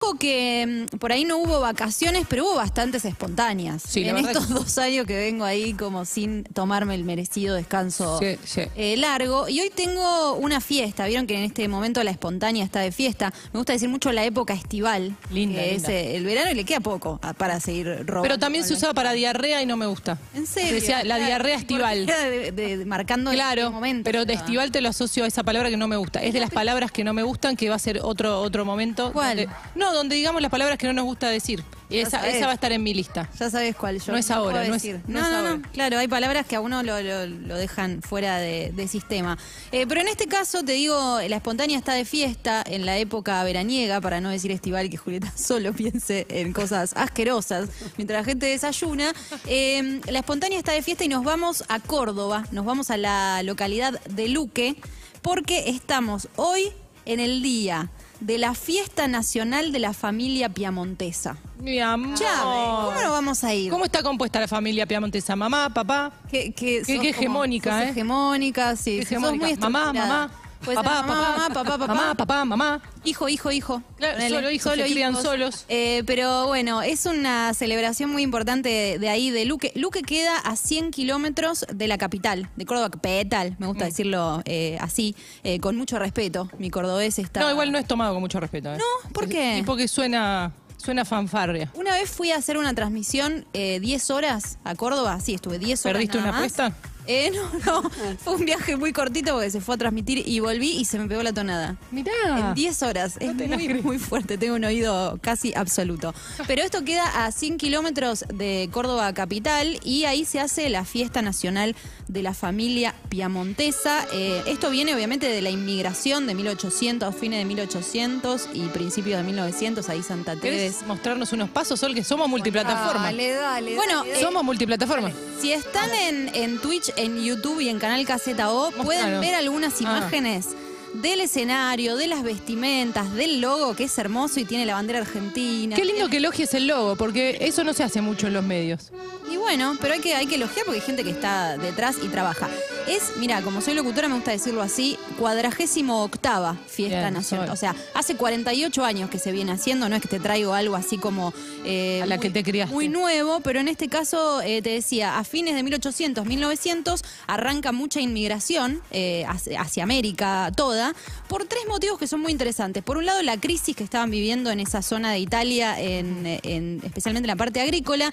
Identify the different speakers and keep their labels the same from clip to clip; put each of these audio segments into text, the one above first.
Speaker 1: Ojo que mm, por ahí no hubo vacaciones, pero hubo bastantes espontáneas.
Speaker 2: Sí, la
Speaker 1: en
Speaker 2: verdad
Speaker 1: estos
Speaker 2: que-
Speaker 1: dos años que vengo ahí como sin tomarme el merecido descanso
Speaker 2: Sí, sí.
Speaker 1: eh, largo. Y hoy tengo una fiesta. Vieron que en este momento la espontánea está de fiesta. Me gusta decir mucho la época estival.
Speaker 2: Linda,
Speaker 1: que es
Speaker 2: linda.
Speaker 1: eh, el verano y le queda poco a- para seguir robando.
Speaker 2: Pero también se usaba para diarrea y no me gusta.
Speaker 1: En serio.
Speaker 2: Se decía la
Speaker 1: Claro,
Speaker 2: diarrea
Speaker 1: porque
Speaker 2: estival.
Speaker 1: queda de- de- de- marcando
Speaker 2: Claro,
Speaker 1: el momento.
Speaker 2: pero de
Speaker 1: estaba.
Speaker 2: estival te lo asocio a esa palabra que no me gusta. Es de las palabras que no me gustan, que va a ser otro otro momento.
Speaker 1: ¿Cuál?
Speaker 2: donde- no, donde digamos las palabras que no nos gusta decir. Y esa,
Speaker 1: sabés.
Speaker 2: esa va a estar en mi lista.
Speaker 1: Ya sabes cuál yo.
Speaker 2: No es ahora,
Speaker 1: puedo
Speaker 2: no es-
Speaker 1: decir.
Speaker 2: no
Speaker 1: No,
Speaker 2: es
Speaker 1: no, no.
Speaker 2: ahora.
Speaker 1: Claro, hay palabras que a uno lo, lo- lo dejan fuera de, de sistema. Eh, pero en este caso, te digo, la espontánea está de fiesta en la época veraniega, para no decir estival, que Julieta solo piense en cosas asquerosas mientras la gente desayuna. Eh, la espontánea está de fiesta y nos vamos a Córdoba, nos vamos a la localidad de Luque, porque estamos hoy en el día de la Fiesta Nacional de la Familia Piamontesa.
Speaker 2: Mi amor.
Speaker 1: Chávez, ¿cómo no vamos a ir?
Speaker 2: ¿Cómo está compuesta la familia piamontesa? Mamá, papá.
Speaker 1: Que, que
Speaker 2: Qué-
Speaker 1: sos
Speaker 2: qué
Speaker 1: como-
Speaker 2: hegemónica,
Speaker 1: sos
Speaker 2: ¿eh?
Speaker 1: hegemónica, sí.
Speaker 2: Qué
Speaker 1: sí, sos
Speaker 2: hegemónica.
Speaker 1: muy
Speaker 2: mamá, Pues,
Speaker 1: estructurada.
Speaker 2: mamá.
Speaker 1: Puede
Speaker 2: Papá,
Speaker 1: ser
Speaker 2: papá,
Speaker 1: mamá, papá, papá.
Speaker 2: Mamá, papá, mamá.
Speaker 1: Hijo, hijo, hijo.
Speaker 2: Claro,
Speaker 1: Ponele,
Speaker 2: solo hijos, se crían solos.
Speaker 1: Eh, pero bueno, es una celebración muy importante de, de ahí, de Luque. Luque queda a 100 kilómetros de la capital, de Córdoba, capital, me
Speaker 2: Mm.
Speaker 1: gusta decirlo eh, así, eh, con mucho respeto. Mi cordobés está...
Speaker 2: No, igual no es tomado con mucho respeto. ¿eh?
Speaker 1: No, ¿por qué?
Speaker 2: Y porque suena, suena fanfarria.
Speaker 1: Una vez fui a hacer una transmisión eh, 10 horas a Córdoba, sí, estuve 10 horas.
Speaker 2: ¿Perdiste
Speaker 1: nada
Speaker 2: una
Speaker 1: más.
Speaker 2: apuesta?
Speaker 1: Eh, no, no. Fue un viaje muy cortito porque se fue a transmitir y volví y se me pegó la tonada.
Speaker 2: Mirá.
Speaker 1: En 10 horas. Es
Speaker 2: te la
Speaker 1: muy,
Speaker 2: creo.
Speaker 1: muy fuerte. Tengo un oído casi absoluto. Pero esto queda a 100 kilómetros de Córdoba capital y ahí se hace la fiesta nacional de la familia piamontesa. Eh, esto viene obviamente de la inmigración de 1800, fines de 1800 y principios de 1900. Ahí Santa
Speaker 2: ¿Querés
Speaker 1: Teresa.
Speaker 2: mostrarnos unos pasos, Sol, que somos multiplataforma?
Speaker 3: dale.
Speaker 1: Bueno, eh,
Speaker 2: somos multiplataforma.
Speaker 1: Si están en, en Twitch, en YouTube y en Canal Caseta O, pueden
Speaker 2: Mostranos.
Speaker 1: ver algunas
Speaker 2: Ah.
Speaker 1: imágenes del escenario, de las vestimentas, del logo que es hermoso y tiene la bandera argentina.
Speaker 2: Qué lindo que elogies el logo, porque eso no se hace mucho en los medios.
Speaker 1: Y bueno, pero hay que, hay que elogiar porque hay gente que está detrás y trabaja. Es, mira, como soy locutora me gusta decirlo así, cuadragésimo octava fiesta
Speaker 2: Bien,
Speaker 1: nacional.
Speaker 2: soy.
Speaker 1: O sea, hace 48 años que se viene haciendo, no es que te traigo algo así como... eh,
Speaker 2: A la que te criaste.
Speaker 1: Muy nuevo, pero en este caso eh, te decía, a fines de 1800, 1900, arranca mucha inmigración eh, hacia, hacia América toda, por tres motivos que son muy interesantes. Por un lado, la crisis que estaban viviendo en esa zona de Italia, en, en- especialmente en la parte agrícola,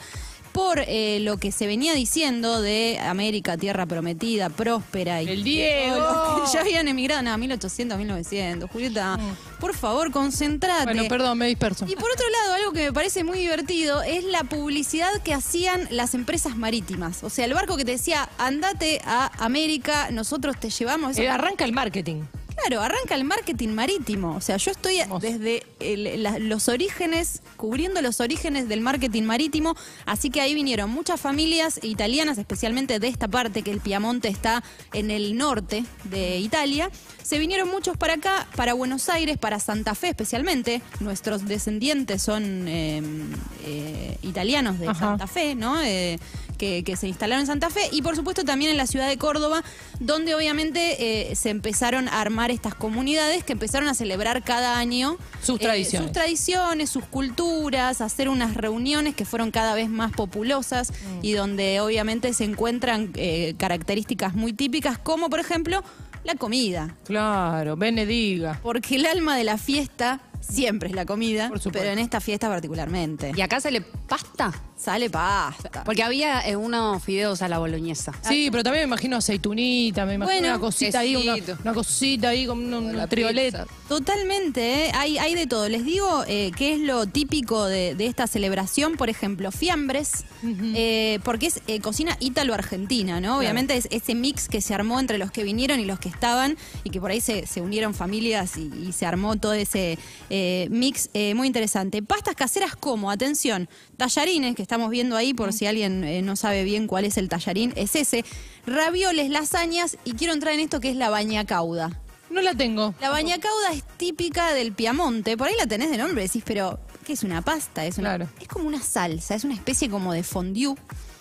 Speaker 1: por eh, lo que se venía diciendo de América, tierra prometida, próspera y...
Speaker 2: ¡El Diego!
Speaker 1: Los que ya habían emigrado, nada, 1800, 1900. Julieta, por favor, concentrate.
Speaker 2: Mm. Bueno, perdón, me disperso.
Speaker 1: Y por otro lado, algo que me parece muy divertido es la publicidad que hacían las empresas marítimas. O sea, el barco que te decía, andate a América, nosotros te llevamos. Eso-
Speaker 2: Eh, arranca el marketing.
Speaker 1: claro, arranca el marketing marítimo. O sea, yo estoy
Speaker 2: Hermoso.
Speaker 1: desde el- la- los orígenes, cubriendo los orígenes del marketing marítimo. Así que ahí vinieron muchas familias italianas, especialmente de esta parte, que el Piamonte está en el norte de Italia. Se vinieron muchos para acá, para Buenos Aires, para Santa Fe especialmente. Nuestros descendientes son eh, eh, italianos de
Speaker 2: Ajá.
Speaker 1: Santa Fe, ¿no? Eh, que, que se instalaron en Santa Fe y por supuesto también en la ciudad de Córdoba, donde obviamente eh, se empezaron a armar estas comunidades que empezaron a celebrar cada año eh,
Speaker 2: Sus tradiciones.
Speaker 1: sus tradiciones, sus culturas, hacer unas reuniones que fueron cada vez más populosas y donde obviamente se encuentran eh, características muy típicas como por ejemplo la comida,
Speaker 2: Claro, benediga.
Speaker 1: porque el alma de la fiesta siempre es la comida,
Speaker 2: Por supuesto.
Speaker 1: pero en esta fiesta particularmente.
Speaker 3: ¿Y acá sale pasta?
Speaker 1: Sale pasta.
Speaker 3: Porque había eh, unos fideos a la boloñesa.
Speaker 2: Sí, pero también me imagino aceitunita, me imagino
Speaker 1: Bueno,
Speaker 2: una cosita ahí, una,
Speaker 3: quesito.
Speaker 2: una cosita ahí con un, un
Speaker 3: la
Speaker 2: triolet.
Speaker 3: pizza.
Speaker 1: Totalmente, ¿eh? hay, hay de todo. Les digo eh, qué es lo típico de, de esta celebración, por ejemplo, fiambres, eh, porque es eh, cocina ítalo-argentina, ¿no? Obviamente es ese mix que se armó entre los que vinieron y los que estaban, y que por ahí se, se unieron familias y, y se armó todo ese eh, mix eh, muy interesante. Pastas caseras como, atención, tallarines que estamos viendo ahí, por si alguien eh, no sabe bien cuál es el tallarín, es ese, ravioles, lasañas, y quiero entrar en esto que es la bañacauda.
Speaker 2: No la tengo.
Speaker 1: La bañacauda es típica del Piamonte. Por ahí la tenés de nombre, decís, pero ¿qué es una pasta? Es, una,
Speaker 2: Claro.
Speaker 1: es como una salsa, es una especie como de fondue.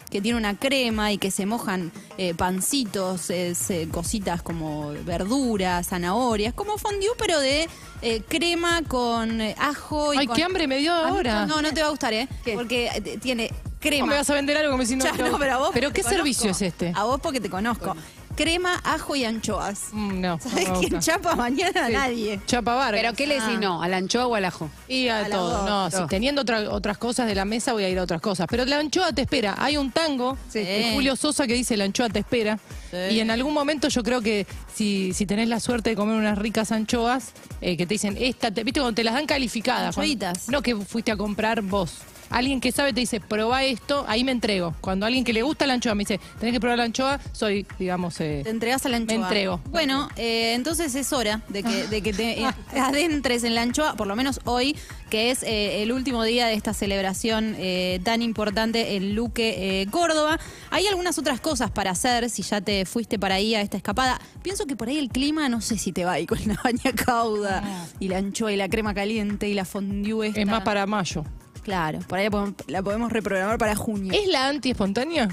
Speaker 1: que tiene una crema y que se mojan eh, pancitos, eh, se- cositas como verduras, zanahorias, como fondue, pero de eh, crema con eh, ajo y
Speaker 2: Ay,
Speaker 1: con-
Speaker 2: qué hambre me dio
Speaker 1: A mí-
Speaker 2: ahora.
Speaker 1: No, no te va a gustar, ¿eh? Porque eh, tiene crema.
Speaker 2: ¿Cómo me vas a vender algo como si no?
Speaker 1: Ya, no, pero a vos
Speaker 2: ¿Pero
Speaker 1: porque
Speaker 2: qué
Speaker 1: te conozco.
Speaker 2: servicio es este?
Speaker 1: A vos porque te conozco. Crema, ajo y anchoas.
Speaker 2: Mm, no.
Speaker 1: ¿Sabés
Speaker 2: no me
Speaker 1: quién
Speaker 2: gusta.
Speaker 1: chapa mañana?
Speaker 2: Sí.
Speaker 1: Nadie.
Speaker 2: Chapa Vargas.
Speaker 3: ¿Pero qué le
Speaker 1: Ah.
Speaker 3: decís no? ¿Al anchoa o al ajo?
Speaker 2: Y
Speaker 1: A
Speaker 2: a,
Speaker 1: las
Speaker 2: todo.
Speaker 1: dos.
Speaker 2: No,
Speaker 3: Todo.
Speaker 2: sí, teniendo otra- otras cosas de la mesa voy a ir a otras cosas. Pero la anchoa te espera. Hay un tango
Speaker 1: Sí.
Speaker 2: de Julio Sosa que dice la anchoa te espera.
Speaker 1: Sí.
Speaker 2: Y en algún momento yo creo que si, si tenés la suerte de comer unas ricas anchoas, eh, que te dicen, esta, te, viste, cuando te las dan calificadas. cuando-
Speaker 1: Anchoitas.
Speaker 2: no que fuiste a comprar vos. Alguien que sabe te dice, probá esto, ahí me entrego. Cuando alguien que le gusta la anchoa me dice, tenés que probar la anchoa, soy, digamos, eh,
Speaker 1: Te entregas a la anchoa.
Speaker 2: Me entrego.
Speaker 1: Bueno, eh, entonces es hora de que, de que te eh, adentres en la anchoa, por lo menos hoy, que es eh, el último día de esta celebración eh, tan importante en Luque, eh, Córdoba. Hay algunas otras cosas para hacer si ya te fuiste para ahí a esta escapada. Pienso que por ahí el clima, no sé si te va ahí con la baña cauda y la anchoa y la crema caliente y la fondue esta.
Speaker 2: es más para mayo.
Speaker 1: Claro, por ahí la podemos, la podemos reprogramar para junio.
Speaker 2: ¿Es la anti-espontánea?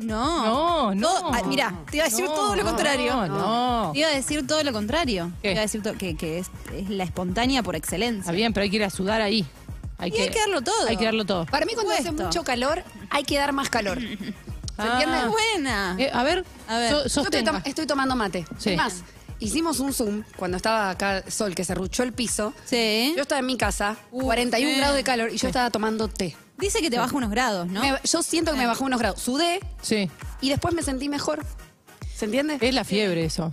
Speaker 1: No.
Speaker 2: No, no.
Speaker 1: mira, te iba a decir
Speaker 2: No,
Speaker 1: todo lo
Speaker 2: no,
Speaker 1: contrario.
Speaker 2: no.
Speaker 1: Te iba a decir todo lo contrario.
Speaker 2: ¿Qué?
Speaker 1: Te iba a decir to- que, que es, es la espontánea por excelencia.
Speaker 2: Está bien, pero hay que ir a sudar ahí. Hay
Speaker 1: Y hay que darlo todo.
Speaker 2: Hay que darlo todo.
Speaker 3: Para mí cuando hace
Speaker 1: Supuesto.
Speaker 3: mucho calor hay que dar más calor. ¿Se
Speaker 2: Ah.
Speaker 3: entiende?
Speaker 1: Es buena.
Speaker 2: Eh, a ver,
Speaker 1: A ver.
Speaker 2: so-
Speaker 1: Yo te
Speaker 3: Yo estoy,
Speaker 2: sostenga.
Speaker 3: tom- estoy tomando mate.
Speaker 2: Sí.
Speaker 3: Es más, hicimos un Zoom cuando estaba acá Sol, que se ruchó el piso.
Speaker 1: Sí.
Speaker 3: Yo estaba en mi casa,
Speaker 1: Uh,
Speaker 3: 41
Speaker 1: sí.
Speaker 3: grados de calor, y yo estaba tomando té.
Speaker 1: Dice que te baja unos grados, ¿no?
Speaker 3: Me- yo siento que me bajó unos grados. Sudé
Speaker 2: Sí,
Speaker 3: y después me sentí mejor. ¿Se entiende?
Speaker 2: es la fiebre eso.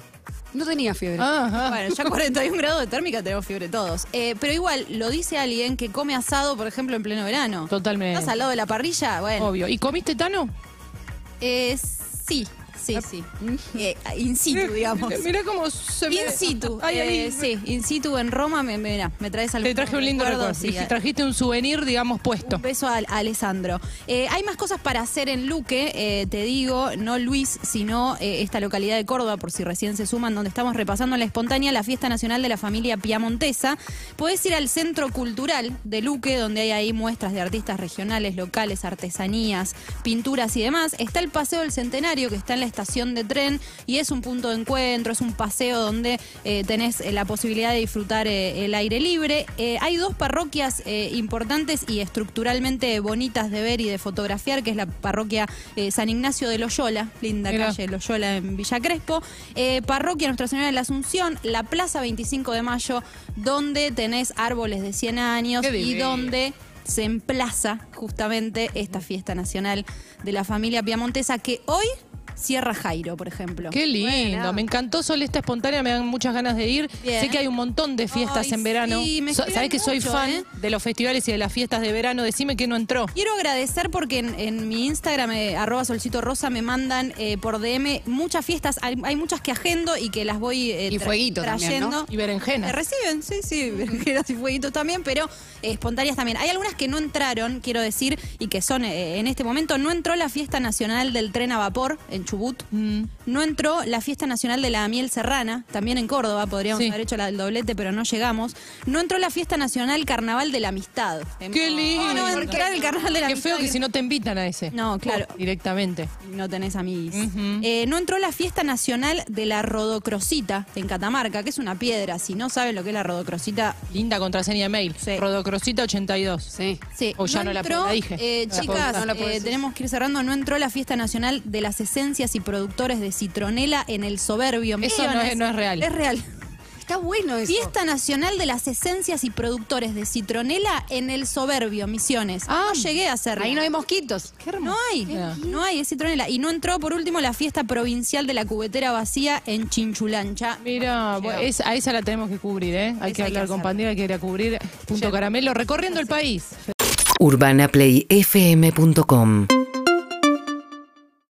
Speaker 3: No tenía fiebre.
Speaker 1: Ah,
Speaker 2: Ajá.
Speaker 1: Bueno, ya 41 grados de térmica tenemos fiebre todos. Eh, pero igual, lo dice alguien que come asado, por ejemplo, en pleno verano.
Speaker 2: Totalmente.
Speaker 1: ¿Estás al lado de la parrilla? Bueno.
Speaker 2: Obvio. ¿Y comiste Tano?
Speaker 1: Eh, sí,
Speaker 2: Ah.
Speaker 1: sí, sí. Eh, in situ, digamos.
Speaker 2: Mira eh, cómo se ve.
Speaker 1: In situ,
Speaker 2: Ay, ay,
Speaker 1: eh, sí, in situ en Roma, me, me- mirá, me traes al
Speaker 2: Te traje un lindo recuerdo.
Speaker 1: sí,
Speaker 2: Y
Speaker 1: a-
Speaker 2: trajiste un souvenir, digamos, puesto.
Speaker 1: Un beso a, a Alessandro. Eh, hay más cosas para hacer en Luque, eh, te digo, no Luis, sino eh, esta localidad de Córdoba, por si recién se suman, donde estamos repasando en la espontánea la fiesta nacional de la familia piamontesa. Podés ir al Centro Cultural de Luque, donde hay ahí muestras de artistas regionales, locales, artesanías, pinturas y demás. Está el Paseo del Centenario, que está en la estación de tren y es un punto de encuentro, es un paseo donde eh, tenés eh, la posibilidad de disfrutar eh, el aire libre. Eh, hay dos parroquias eh, importantes y estructuralmente bonitas de ver y de fotografiar, que es la parroquia eh, San Ignacio de Loyola, linda
Speaker 2: Mirá.
Speaker 1: calle Loyola en Villa Crespo, eh, parroquia Nuestra Señora de la Asunción, la Plaza 25 de Mayo, donde tenés árboles de 100 años
Speaker 2: Qué
Speaker 1: y
Speaker 2: divino.
Speaker 1: donde donde se emplaza justamente esta fiesta nacional de la familia piamontesa que hoy cierra Jairo, por ejemplo.
Speaker 2: Qué lindo,
Speaker 3: Buena.
Speaker 2: me encantó Sol esta espontánea, me dan muchas ganas de ir.
Speaker 1: Bien.
Speaker 2: Sé que hay un montón de fiestas
Speaker 1: Ay,
Speaker 2: en verano.
Speaker 1: sí, me escriben
Speaker 2: Sabes que soy
Speaker 1: mucho,
Speaker 2: fan
Speaker 1: ¿eh?
Speaker 2: de los festivales y de las fiestas de verano, decime que no entró.
Speaker 1: Quiero agradecer porque en, en mi Instagram, eh, arroba solcito rosa, me mandan eh, por DM muchas fiestas. Hay, hay muchas que agendo y que las voy eh,
Speaker 3: Y fueguito también, ¿no?
Speaker 1: trayendo.
Speaker 2: Y berenjena.
Speaker 1: Eh, reciben, sí, sí, verduras y fueguitos también, pero eh, espontáneas también. Hay algunas que no entraron, quiero decir, y que son eh, en este momento. No entró la fiesta nacional del tren a vapor en Chubut.
Speaker 2: Mm.
Speaker 1: No entró la fiesta nacional de la miel serrana, también en Córdoba, podríamos
Speaker 2: Sí.
Speaker 1: haber hecho la del doblete, pero no llegamos. No entró la fiesta nacional carnaval de la amistad. En-
Speaker 2: Qué lindo.
Speaker 1: No, va a entrar el carnaval de la
Speaker 2: Qué
Speaker 1: amistad.
Speaker 2: feo que si no te invitan a ese. Oh,
Speaker 1: No, claro.
Speaker 2: Directamente.
Speaker 1: No tenés amiguis. Eh, no entró la fiesta nacional de la rodocrosita en Catamarca, que es una piedra. Si no saben lo que es la rodocrosita,
Speaker 2: Linda contraseña de mail.
Speaker 1: Sí.
Speaker 2: Rodocrosita82.
Speaker 3: Sí.
Speaker 1: Sí,
Speaker 2: O ya no la puedo- la dije.
Speaker 1: eh,
Speaker 2: No la puedo
Speaker 1: chicas,
Speaker 2: usar.
Speaker 3: No la puedo
Speaker 1: eh,
Speaker 3: decir.
Speaker 1: tenemos que ir cerrando. No entró la fiesta nacional de las esencias y productores de citronela en el soberbio.
Speaker 2: Eso no
Speaker 1: Misiones.
Speaker 2: es- no es real.
Speaker 1: Es real.
Speaker 3: Está bueno eso.
Speaker 1: Fiesta nacional de las esencias y productores de citronela en el soberbio. Misiones.
Speaker 2: Ah,
Speaker 1: no llegué a hacerlo.
Speaker 3: Ahí no hay mosquitos.
Speaker 1: No hay, no hay, es citronela. Y no entró, por último, la fiesta provincial de la cubetera vacía en Chinchulancha.
Speaker 2: Mira, bueno, es- a esa la tenemos que cubrir, ¿eh?
Speaker 1: Esa
Speaker 2: Hay
Speaker 1: hay que
Speaker 2: que hablar con
Speaker 1: hacerla.
Speaker 2: Pandera, hay que ir a cubrir Punto Caramelo, recorriendo el país.
Speaker 4: urbanaplayfm.com